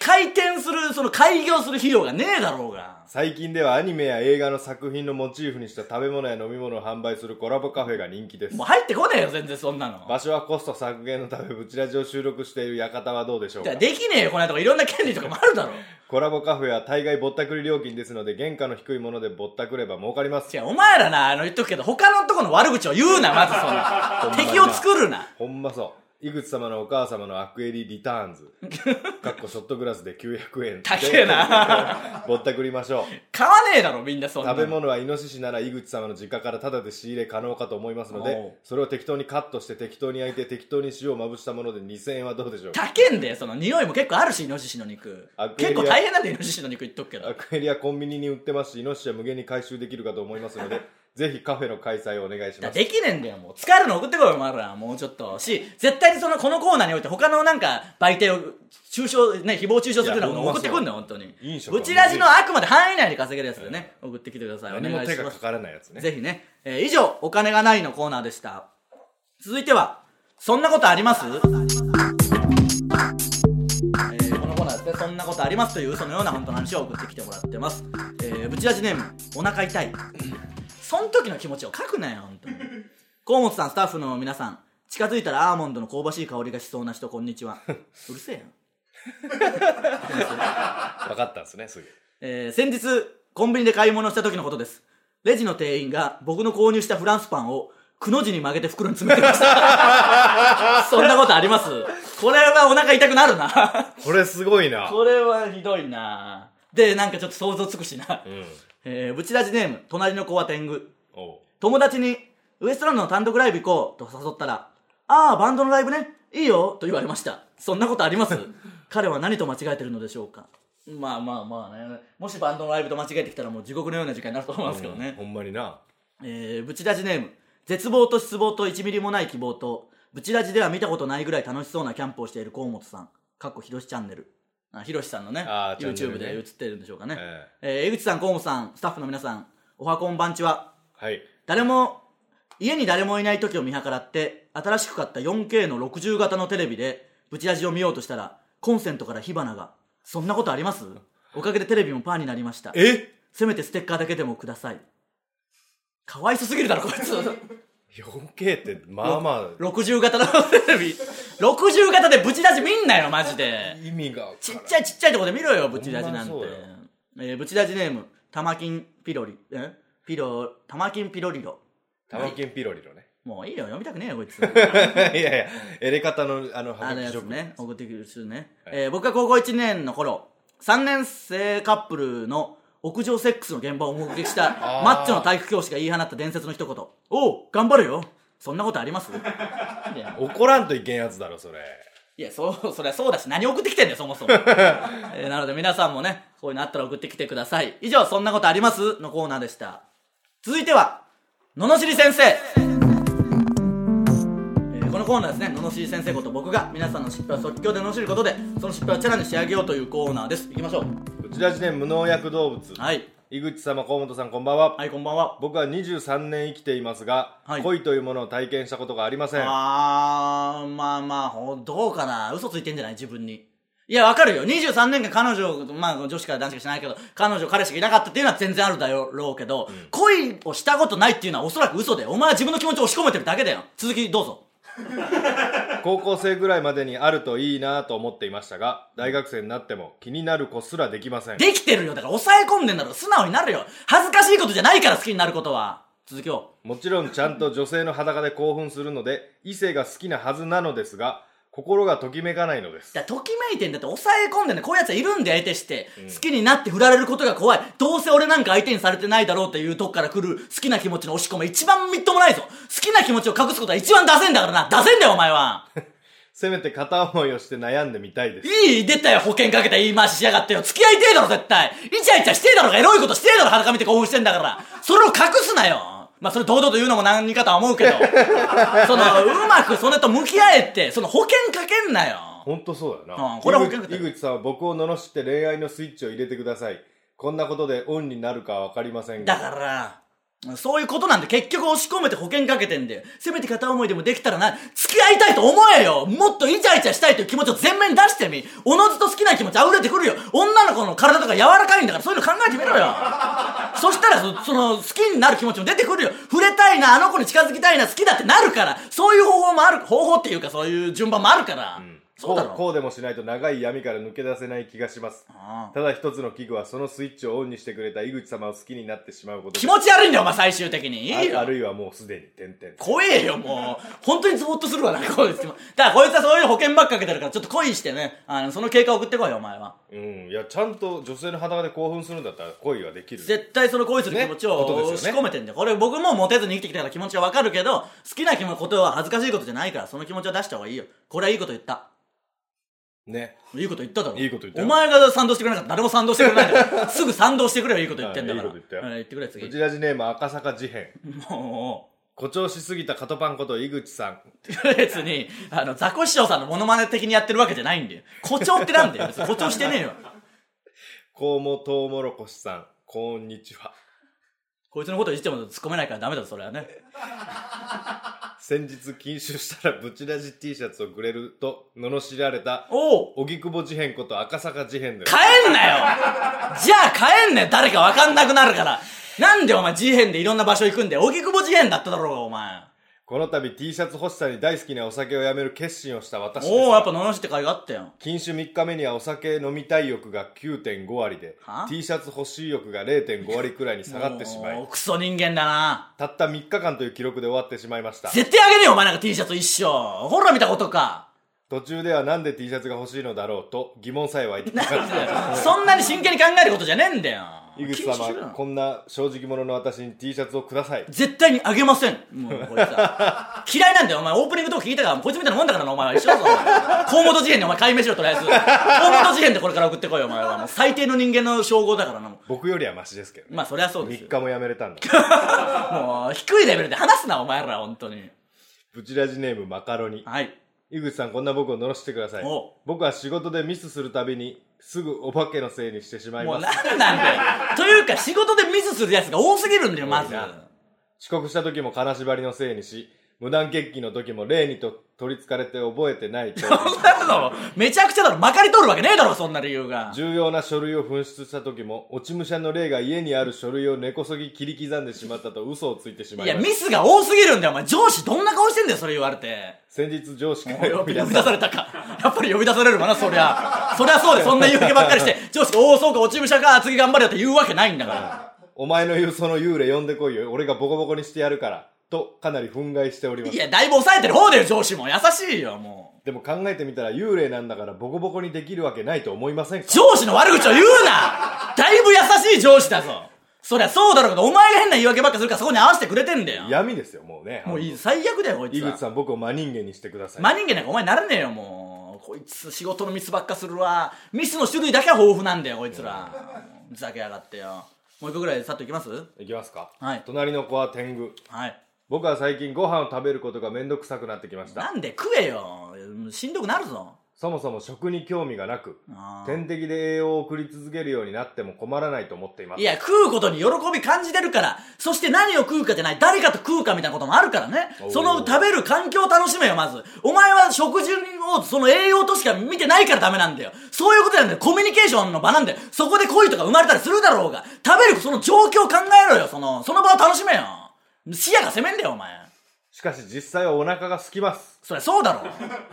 Speaker 1: 開店する、その開業する費用がねえだろうが。
Speaker 2: 最近ではアニメや映画の作品のモチーフにした食べ物や飲み物を販売するコラボカフェが人気です
Speaker 1: もう入ってこねえよ、全然そんなの。
Speaker 2: 場所はコスト削減のためブチラジを収録している館はどうでしょうか
Speaker 1: だできねえよ、この間とかいろんな権利とかもあるだろ。
Speaker 2: コラボカフェは大概ぼったくり料金ですので原価の低いものでぼったくれば儲かります
Speaker 1: 違う、お前らな、あの言っとくけど、他のとこの悪口を言うな、まずそんな。
Speaker 2: ほんまに
Speaker 1: 敵
Speaker 2: な
Speaker 1: を作るな。
Speaker 2: ほんまそう井口様のお母様のアクエリリター
Speaker 1: <laughs>
Speaker 2: ンズかっこショットグラスで900円
Speaker 1: 高えな。
Speaker 2: <laughs> ぼったくりましょう
Speaker 1: 買わねえだろ、みんなそんなの。
Speaker 2: <laughs> 食べ物はイノシシなら井口様の実家からタダで仕入れ可能かと思いますの
Speaker 1: お
Speaker 2: で
Speaker 1: う
Speaker 2: それを適当にカットして適当に焼いて適当に塩をまぶしたもので2000円はどうでしょうか
Speaker 1: 高えんだよ、その匂いも結構あるし、イノシシの肉
Speaker 2: ア。クエリア
Speaker 1: 結構大変なんだよ、イノシシの肉言っとくけど
Speaker 2: ア。クエリはコンビニに売ってますしイノシシは無限に回収できるかと思います
Speaker 1: <laughs>
Speaker 2: のでぜひカフェの開催をお願いし
Speaker 1: だ
Speaker 2: ま
Speaker 1: か
Speaker 2: す
Speaker 1: らできねえんだよ、もう。使えるの送ってこいよ、お前ら。もうちょっと。し、絶対にその、このコーナーにおいて他のなんか、媒体を、中傷、ね、誹謗中傷するようなもの
Speaker 2: いや
Speaker 1: 送ってくんだよ、本当に。
Speaker 2: 飲食は
Speaker 1: うちラジのあくまで範囲内で稼げるやつでね、送ってきてください。お願
Speaker 2: 何も
Speaker 1: いし
Speaker 2: 手
Speaker 1: ま
Speaker 2: が
Speaker 1: す
Speaker 2: か。からないやつね
Speaker 1: ぜひね。えー以上、お金がないのコーナーでした。続いては、そんなことありますえーこのコーナーですね、そんなことありますという嘘のような本当の話を送ってきてもらってます。えー、ぶち出しネーム、お腹痛い。そん時の気持ちを書くなよ、本当に。河本さん、スタッフの皆さん、近づいたらアーモンドの香ばしい香りがしそうな人、こんにちは。うるせえよ。
Speaker 2: 分かったんですねすぐ
Speaker 1: えー先日コンビニで買い物した時のことですレジの店員が僕の購入したフランスパンをくの字に曲げて袋に詰めてました <laughs> そんなことありますこれはお腹痛くなるな
Speaker 2: これすごいな
Speaker 1: これはひどいなでなんかちょっと想像つくしな、
Speaker 2: うん
Speaker 1: えー、ブチラジネーム隣の子は天狗
Speaker 2: おう
Speaker 1: 友達にウエストランドの単独ライブ行こうと誘ったらああバンドのライブねいいよと言われましたそんなことあります <laughs> 彼は何と間違えてるのでしょうかまあまあまあねもしバンドのライブと間違えてきたらもう地獄のような時間になると思いますけど
Speaker 2: うん
Speaker 1: ね、
Speaker 2: ほんまにな
Speaker 1: <laughs> えー、ブチラジネーム絶望と失望と1ミリもない希望とブチラジでは見たことないぐらい楽しそうなキャンプをしている河本さんかっこひろしチャンネルあひろしさんのね
Speaker 2: あーチャンネル
Speaker 1: YouTube
Speaker 2: ね
Speaker 1: で映ってるんでしょうかね、
Speaker 2: ええ
Speaker 1: えー江口さん河本さんスタッフの皆さんおはこんばんちは
Speaker 2: はい
Speaker 1: 誰も家に誰もいない時を見計らって新しく買った 4K の60型のテレビでブチラジを見ようとしたらコンセントから火花がそんなことありますおかげでテレビもパーになりました
Speaker 2: え
Speaker 1: せめてステッカーだけでもくださいかわいそすぎるだろこいつ
Speaker 2: 4K ってまあま
Speaker 1: 60型のテレビ60型でブチラジ見んなよマジ
Speaker 2: あ
Speaker 1: で
Speaker 2: 意味が
Speaker 1: ちっちゃいちっちゃいとこで見ろよブチラジなんて
Speaker 2: ほんまそうよ
Speaker 1: えーブチラジネーム玉金ピロリえピロ玉金ピロリロ
Speaker 2: 玉金ピロリロね <laughs>
Speaker 1: もういいよ、読みたくねえよ、こいつ。
Speaker 2: いやいや、エレ方の、あの、
Speaker 1: あの
Speaker 2: 白
Speaker 1: や
Speaker 2: 書
Speaker 1: つね、送ってくる人ね、
Speaker 2: はい
Speaker 1: えー僕が高校1年の頃、3年生カップルの屋上セックスの現場を目撃した
Speaker 2: ー
Speaker 1: マッチョの体育教師が言い放った伝説の一言。おう、頑張れよ。そんなことありますいや
Speaker 2: 怒らんといけんやつだろ、それ。
Speaker 1: いや、そう、そりゃそうだし、何送ってきてんだよ、そもそも。えーなので皆さんもね、こういうのあったら送ってきてください。以上、そんなことありますのコーナーでした。続いては、ののしり先生えーこのコーナーですね、ののしり先生こと僕が皆さんの失敗を即興でののしることで、その失敗をチャラに仕上げようというコーナーです。いきましょう。
Speaker 2: うちらじね、無農薬動物。
Speaker 1: はい。
Speaker 2: 井口様、河本さん、こんばんは。
Speaker 1: はい、こんばんは。
Speaker 2: 僕は23年生きていますが、
Speaker 1: はい
Speaker 2: 恋というものを体験したことがありません。
Speaker 1: あー、まあまあ、ほどうかな。嘘ついてんじゃない自分に。いや、わかるよ。23年間彼女、まあ女子から男子か知らないけど、彼女、彼氏がいなかったっていうのは全然あるだろうけど、恋をしたことないっていうのはおそらく嘘だよ。お前は自分の気持ちを押し込めてるだけだよ。続きどうぞ。
Speaker 2: 高校生ぐらいまでにあるといいなと思っていましたが、大学生になっても気になる子すらできません。
Speaker 1: できてるよ。だから抑え込んでんだろ。素直になるよ。恥ずかしいことじゃないから好きになることは。続きを。
Speaker 2: もちろんちゃんと女性の裸で興奮するので、異性が好きなはずなのですが、心がときめかないのです
Speaker 1: だ。からときめいてんだって抑え込んでんだよこういうやつはいるんだよ、得てして。好きになって振られることが怖い。どうせ俺なんか相手にされてないだろうっていうとこから来る好きな気持ちの押し込め一番みっともないぞ。好きな気持ちを隠すことは一番ダセんだからな。ダセんだよ、お前は。
Speaker 2: せめて片思いをして悩んでみたいです。
Speaker 1: いい、出たよ、保険かけた言い回ししやがってよ。付き合いてえだろ、絶対。イチャイチャしてえだろうが、エロいことしてえだろ、裸見て興奮してんだから。それを隠すなよ。まあ、それ堂々と言うのも何かとは思うけど。その、うまくそれと向き合えって、その保険かけんなよ。
Speaker 2: ほんとそうだよな。
Speaker 1: うんこれは保
Speaker 2: 井
Speaker 1: 険
Speaker 2: 口井口さんは僕を罵って恋愛のスイッチを入れてください。こんなことでオンになるかはわかりませんが。
Speaker 1: だから、そういうことなんで結局押し込めて保険かけてんだよ。せめて片思いでもできたらな、付き合いたいと思えよもっとイチャイチャしたいという気持ちを前面に出してみおのずと好きな気持ち溢れてくるよ女の子の体とか柔らかいんだからそういうの考えてみろよ
Speaker 2: <laughs>
Speaker 1: そしたらそ、その、好きになる気持ちも出てくるよ触れたいな、あの子に近づきたいな、好きだってなるからそういう方法もある、方法っていうかそういう順番もあるから、そうだ
Speaker 2: こう
Speaker 1: ろ
Speaker 2: こうでもしないと長い闇から抜け出せない気がします
Speaker 1: あ
Speaker 2: ただ一つの器具はそのスイッチをオンにしてくれた井口様を好きになってしまうこと
Speaker 1: 気持ち悪いんだよ、お前最終的に。いいよ
Speaker 2: ああるいはもうすでに点々
Speaker 1: 怖えよ、もう。本当にズボッとするわな、こいつ。だから、こいつはそういう保険ばっかかけてるから、ちょっと恋してね、あの、その経過送ってこいよ、お前は。
Speaker 2: うんいやちゃんと女性の裸で興奮するんだったら恋はできる
Speaker 1: 絶対その恋する気持ち
Speaker 2: ねこ
Speaker 1: を
Speaker 2: とです
Speaker 1: 押
Speaker 2: よね
Speaker 1: し込めてんだよ。これ僕もモテずに生きてきたから気持ちはわかるけど、好きな気持ちことは恥ずかしいことじゃないから、その気持ちは出した方がいいよ。これはいいこと言った。
Speaker 2: ね
Speaker 1: いいこと言っただろ。
Speaker 2: いいこと言ったよ
Speaker 1: お前が賛同してくれなかったら誰も賛同してくれない
Speaker 2: <laughs>
Speaker 1: から、すぐ賛同してくれよ、いいこと言ってんだから。
Speaker 2: あいいこと言ったよ
Speaker 1: うん言ってくれ、次
Speaker 2: う。ちらじネーム赤坂事変
Speaker 1: もう。
Speaker 2: 誇張しすぎたカトパンこと井口さん
Speaker 1: 別に、あの、ザコシショウさんのモノマネ的にやってるわけじゃないんだよ。誇張ってなんだよ。別に誇張してねえよ。
Speaker 2: コウモトウモロコシさんこんにちは
Speaker 1: こいつのこといじっても突っ込めないからダメだぞ、それはね。
Speaker 2: 先日禁酒したらブチラジ T シャツをくれると罵られた
Speaker 1: おう
Speaker 2: 荻窪事変こと赤坂事変です
Speaker 1: 帰んなよじゃあ帰んね誰かわかんなくなるから。なんでお前 G 編でいろんな場所行くんだよ。荻窪 G 編だっただろうが、お前。
Speaker 2: この度 T シャツ欲しさに大好きなお酒をやめる決心をした私です
Speaker 1: おおやっぱ罵って会があったよ。
Speaker 2: 禁酒3日目にはお酒飲みたい欲が9.5割で
Speaker 1: は
Speaker 2: T シャツ欲しい欲が0.5割くらいに下がってしま
Speaker 1: おー
Speaker 2: い
Speaker 1: クソ人間だな。
Speaker 2: たった3日間という記録で終わってしまいました
Speaker 1: 絶対あげねえよ、お前なんか T シャツ一生。ほら見たことか。
Speaker 2: 途中ではなんで T シャツが欲しいのだろうと疑問さえ湧
Speaker 1: <laughs>
Speaker 2: いてきまし
Speaker 1: なんだよ
Speaker 2: た <laughs>
Speaker 1: そんなに真剣に考えることじゃねえんだよ。
Speaker 2: 井口
Speaker 1: 禁止しろ <laughs>
Speaker 2: 様
Speaker 1: よ
Speaker 2: こんな正直者の私に T シャツをください
Speaker 1: 絶対にあげません。 <laughs> もうこいつは嫌いなんだよ、お前。オープニングトーク聞いたから、こいつみたいなもんだからな、お前は。一緒だ <laughs> ぞ。河本事変でお前解明しろ、と <laughs> りあえず。河本事変でこれから送ってこいよ、お前は。もう最低の人間の称号だからな、も
Speaker 2: 僕よりはマシですけど
Speaker 1: う。
Speaker 2: ね
Speaker 1: まあ、そりゃそうです
Speaker 2: 3
Speaker 1: よ。
Speaker 2: 日もやめれたんだ
Speaker 1: もう、低いレベルで話すな、お前ら、本当に。
Speaker 2: ブチラジネームマカロニ
Speaker 1: はい。
Speaker 2: 井口さんこんな僕を罵してください
Speaker 1: お
Speaker 2: 僕は仕事でミスするたびにすぐお化けのせいにしてしまい
Speaker 1: も
Speaker 2: ま
Speaker 1: う、
Speaker 2: す
Speaker 1: なんなんだよ。というか、仕事でミスするやつが多すぎるんだよ、まず
Speaker 2: 多い。な遅刻した時も金縛りのせいにし、無断欠勤の時も例にと取り憑かれて覚えてないと、
Speaker 1: そんなの、めちゃくちゃだろ。まかり通るわけねえだろ、そんな理由が。
Speaker 2: 重要な書類を紛失した時も、落ち武者の例が家にある書類を根こそぎ切り刻んでしまったと嘘をついてしま
Speaker 1: い
Speaker 2: い
Speaker 1: や、
Speaker 2: ま
Speaker 1: ミ
Speaker 2: した。
Speaker 1: スが多すぎるんだよ、お前。上司どんな顔してんだよ、それ言われて。
Speaker 2: 先日上司から
Speaker 1: 呼
Speaker 2: 呼
Speaker 1: び
Speaker 2: び
Speaker 1: 出
Speaker 2: 出
Speaker 1: さ
Speaker 2: され
Speaker 1: れたか。やっぱり呼び出されるわな、そりゃ。そりゃそうで、そんな言い訳ばっかりして、上司が、おお、そうか、落ち武者か、次頑張れよって言うわけないんだから。
Speaker 2: お前の言うその幽霊呼んでこいよ。俺がボコボコにしてやるから。とかなり憤慨しておりま
Speaker 1: い
Speaker 2: す
Speaker 1: や、だいぶ抑えてる方だよ、上司も。優しいよ、も
Speaker 2: でも考えてみたら幽霊なんだからボコボコにできるわけないと思いませんか
Speaker 1: う。上司の悪口を言うなだいぶ優しい上司だぞ。そりゃそうだろうけど、お前が変な言い訳ばっかするからそこに合わせてくれてんだよ。
Speaker 2: 闇ですよもうね
Speaker 1: もういい、最悪だよ、こい
Speaker 2: 井
Speaker 1: つは
Speaker 2: 口。さん僕を真人間にしてください
Speaker 1: 真人間なんかお前ならねえよ、もう。こいつ仕事のミスばっかするわ。ミスの種類だけは豊富なんだよ、こいつら。ふざけやがってよ。もう一個ぐらいさっといきます
Speaker 2: いきますか
Speaker 1: はい
Speaker 2: 隣の子は天狗
Speaker 1: はい。
Speaker 2: 僕は最近ご飯を食べることがめんどくさくなってきました
Speaker 1: なんで食えよ。しんどくなるぞ。
Speaker 2: そもそも食に興味がなく
Speaker 1: あー
Speaker 2: 天敵で栄養を送り続けるようになっても困らないと思っていま
Speaker 1: い
Speaker 2: す
Speaker 1: や、食うことに喜び感じてるから、そして何を食うかじゃない、誰かと食うかみたいなこともあるからね
Speaker 2: お。ー
Speaker 1: その食べる環境を楽しめよ、まず。お前は食事を、その栄養としか見てないからダメなんだよ。そういうことなんだよ。コミュニケーションの場なんだよ。そこで恋とか生まれたりするだろうが。食べるその状況を考えろよ、その、その場を楽しめよ。視野が攻めんだよ、お前。
Speaker 2: しかし実際はお腹が空きます
Speaker 1: そりゃそうだろ。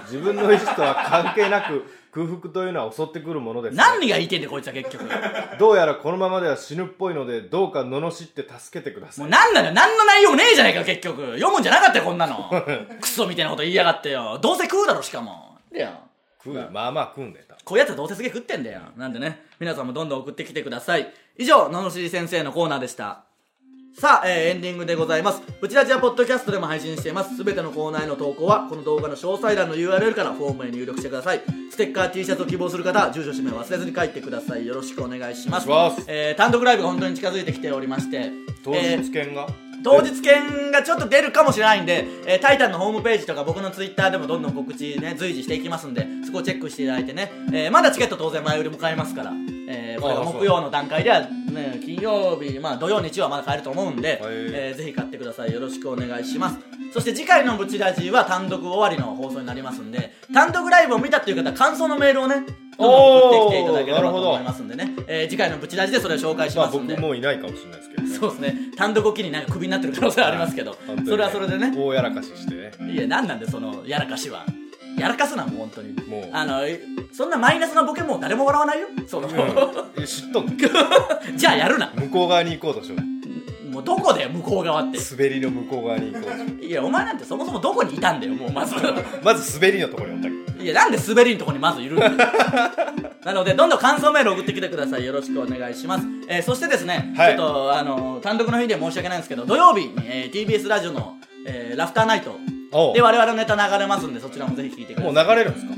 Speaker 2: 自分の意思とは関係なく空腹というのは襲ってくるものです
Speaker 1: 何が言いてんだよ、こいつは結局。も
Speaker 2: どうやらこのままでは死ぬっぽいのでどうか罵って助けてくださ
Speaker 1: う
Speaker 2: い
Speaker 1: 何なのよ、何の内容もねえじゃないか、結局。読むんじゃなかったよ、こんな <laughs> の。クソみたいなこと言いやがってよ。どうせ食うだろ、しかも。いや。
Speaker 2: 食うまあまあ食うんでた
Speaker 1: こういうやつはどうせすげえ食ってんだよ。なんでね、皆さんもどんどん送ってきてください。以上、ののしり先生のコーナーでした。さあ、えーエンディングでございます。ブチラジはポッドキャストでも配信しています。すべてのコーナーへの投稿は、この動画の詳細欄の URL からフォームへ入力してください。ステッカー T シャツを希望する方は、住所、氏名を忘れずに書いてください。よろしくお願いします。
Speaker 2: お願いします
Speaker 1: えー単独ライブが本当に近づいてきておりまして、
Speaker 2: 当
Speaker 1: えー
Speaker 2: 日券が、
Speaker 1: 当日券がちょっと出るかもしれないんで、えータイタンのホームページとか僕のツイッターでもどんどん告知ね、随時していきますんで、そこをチェックしていただいてね、えーまだチケット当然前売りも買えますから、えーこれが
Speaker 2: ああそう
Speaker 1: 木曜の段階では、ね、金曜日、まあ土曜日曜はまだ買えると思うんで、え
Speaker 2: え
Speaker 1: ーぜひ買ってください。よろしくお願いします。そして次回のブチラジは単独終わりの放送になりますんで、単独ライブを見たという方、感想のメールをね、どんどん送ってきていただければと思いますんでね、えー次回のブチラジでそれを紹介し
Speaker 2: まあ
Speaker 1: ます
Speaker 2: 僕
Speaker 1: んで。
Speaker 2: もういないかもしれないですけどね
Speaker 1: そうですね単独を機になんかクビになってる可能 <laughs> 性はありますけど
Speaker 2: 本当にね
Speaker 1: それはそれでね
Speaker 2: 大やらかしし
Speaker 1: <laughs>
Speaker 2: てね
Speaker 1: いや何なんでそのやらかしはやらかすなもう本当に
Speaker 2: もう
Speaker 1: あのそんなマイナスなボケもう誰も笑わないよその <laughs>
Speaker 2: え知っとんの
Speaker 1: じゃあやるな
Speaker 2: 向こう側に行こうとしよう
Speaker 1: もうどこで向こう側って
Speaker 2: 滑りの向こう側に行こうとしよ
Speaker 1: いやお前なんてそもそもどこにいたんだよもうま
Speaker 2: <laughs>
Speaker 1: ず
Speaker 2: うまず滑りのところにおったけ
Speaker 1: いやなんで滑りのとこにまずいるんだよ <laughs> なのでどんどん感想メール送ってきてくださいよろしくお願いします、えーそしてですね、
Speaker 2: はい
Speaker 1: ちょっとあの単独の日で申し訳ないんですけど土曜日に、えー TBS ラジオの、えーラフターナイト
Speaker 2: おう
Speaker 1: で我々のネタ流れますんでそちらもぜひ聞いてくださ
Speaker 2: も
Speaker 1: いう
Speaker 2: 流れるんですか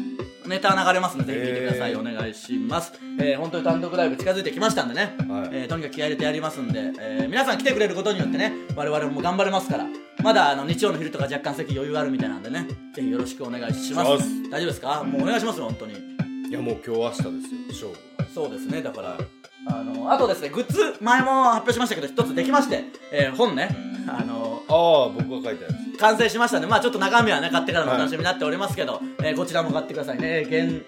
Speaker 1: ネタ流れますんでぜひ聞いてください、
Speaker 2: えー
Speaker 1: お願いします、えー本当に単独ライブ近づいてきましたんでね、
Speaker 2: はい
Speaker 1: えーとにかく気合い入れてやりますんで、えー皆さん来てくれることによってね我々も頑張れますからまだあの日曜の昼とか若干席余裕あるみたいなんでねぜひよろしくお願いします
Speaker 2: します
Speaker 1: 大丈夫ですかもうお願いしますよ本当に
Speaker 2: いやもう今日明日ですよ勝負
Speaker 1: そうですねだからあのあとですねグッズ前も発表しましたけど一つできまして、えー本ねあの
Speaker 2: ああ僕が書いたやつ
Speaker 1: 完成しましたねまあちょっと中身はね買ってからのお楽しみになっておりますけど、えーこちらも買ってくださいね現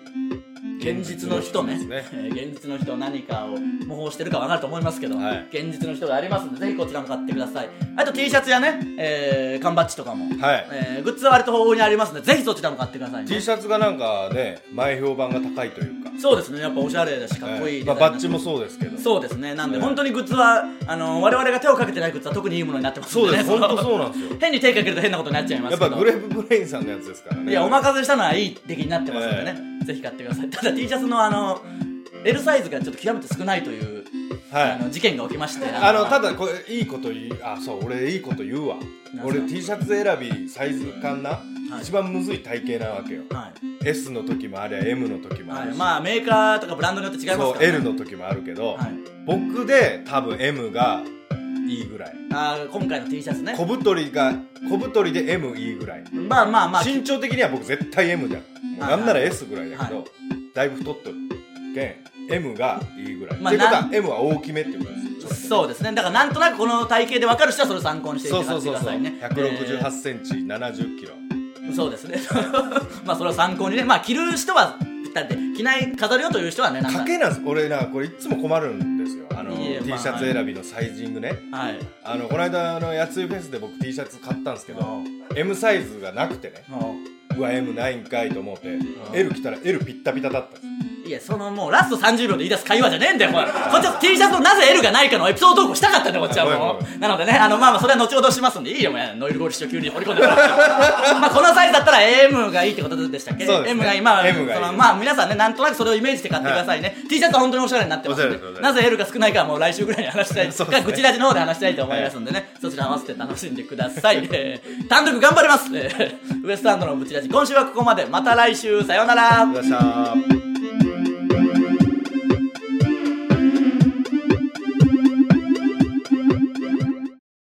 Speaker 1: 現実の人ね
Speaker 2: 現実の人です
Speaker 1: えー現実の人何かを模倣してるか分かると思いますけど、
Speaker 2: はい
Speaker 1: 現実の人がありますのでぜひこちらも買ってくださいあと T シャツやね、えー缶バッジとかも、
Speaker 2: はい
Speaker 1: えーグッズは割と豊富にありますのでぜひそちらも買ってください、ね、
Speaker 2: T シャツがなんかね前評判が高いというか
Speaker 1: そうですねやっぱおしゃれだしかっこいいデ
Speaker 2: ええ
Speaker 1: ザ
Speaker 2: ま
Speaker 1: イ
Speaker 2: あ
Speaker 1: ンなんで、
Speaker 2: バッジもそうですけど
Speaker 1: そうですねなんで
Speaker 2: ええ
Speaker 1: 本当にグッズはあの我々が手をかけてないグッズは特にいいものになってますんで、ね、
Speaker 2: そうです
Speaker 1: の
Speaker 2: 本当そうなんですよ
Speaker 1: <laughs> 変に手かけると変なことになっちゃいます
Speaker 2: やっ
Speaker 1: けど
Speaker 2: ぱグレープブレインさんのやつですからね
Speaker 1: いや、お任せしたのはいい出来になってますんでね、ぜひ買ってください。 <laughs> ただ T シャツのあの、L サイズがちょっと極めて少ないという、
Speaker 2: はい
Speaker 1: あの事件が起きまして、
Speaker 2: あのただこれいいこと言いあそう俺いいこと言うわ
Speaker 1: なんす
Speaker 2: 俺
Speaker 1: か
Speaker 2: T シャツ選びサイズ感な、
Speaker 1: はい
Speaker 2: 一番むずい体型なわけよ
Speaker 1: は
Speaker 2: S の時もありゃ M の時
Speaker 1: い、
Speaker 2: もあ
Speaker 1: は
Speaker 2: る
Speaker 1: い、
Speaker 2: し、
Speaker 1: まあメーカーとかブランドによって違います
Speaker 2: そ
Speaker 1: か
Speaker 2: う
Speaker 1: ら、ね、
Speaker 2: L の時もあるけど、
Speaker 1: はい
Speaker 2: 僕で多分 M がいいぐらい
Speaker 1: あー今回の T シャツね、
Speaker 2: 小太りが小太りで M いいぐらい、
Speaker 1: まあまあまあ、
Speaker 2: 身長的には僕絶対 M じゃんもうなんなら S ぐらいだけど、
Speaker 1: は
Speaker 2: だいぶ太っとるけん M がいいぐらい、
Speaker 1: まあ
Speaker 2: っていうこと
Speaker 1: な
Speaker 2: は M は大きめってことですよ
Speaker 1: そうですね、だからなんとなくこの体型で分かる人はそれを参考にしてい
Speaker 2: そうそ
Speaker 1: ただ
Speaker 2: う
Speaker 1: いてく
Speaker 2: そう
Speaker 1: だ
Speaker 2: そう
Speaker 1: さいね。
Speaker 2: 168センチ70キロ
Speaker 1: えーそうですね、 <laughs> まあそれを参考にね、まあ着る人はぴったりで、着ない、飾るよという人はね、なんか
Speaker 2: か、けなんです俺なこれいつも困るんですよあの T
Speaker 1: い
Speaker 2: シ
Speaker 1: やまあ
Speaker 2: ャツ選びのサイジングね
Speaker 1: はい、
Speaker 2: あのこの間あのやついフェスで僕 T シャツ買ったんですけど
Speaker 1: も
Speaker 2: M サイズがなくてね
Speaker 1: うも
Speaker 2: うわ M ないんかいと思って
Speaker 1: ん
Speaker 2: L 来たら L ピッタピタだったんです
Speaker 1: ういや、そのもう、ラスト30秒で言い出す会話じゃねえんだよ、これ。こっちは T シャツのなぜ L がないかのエピソード投稿したかったんだよ、こっちは
Speaker 2: はい
Speaker 1: も。
Speaker 2: はいう
Speaker 1: なのでね、あの、まあまあ、それは後ほどしますんで、いいよ、お前ノイルゴール師匠急に掘り込んでもらって。 <laughs> まあ、このサイズだったら M がいいってことでしたっけ
Speaker 2: そうですね
Speaker 1: ?M が今、
Speaker 2: M がいい
Speaker 1: そのまあ、皆さんね、なんとなくそれをイメージして買ってくださいね。T シャツは本当におしゃれになってますん
Speaker 2: おしゃれですおしゃれ
Speaker 1: で、
Speaker 2: です
Speaker 1: なぜ L が少ないかはもう来週ぐらいに話したい、
Speaker 2: そうです
Speaker 1: か、
Speaker 2: ね
Speaker 1: 口出しの方で話したいと思いますんでね、そちら合わせて楽しんでください。えー単独頑張ります。えーウエストランドの口出し、今週はここまで。また来週、さようなら。
Speaker 2: よっしゃー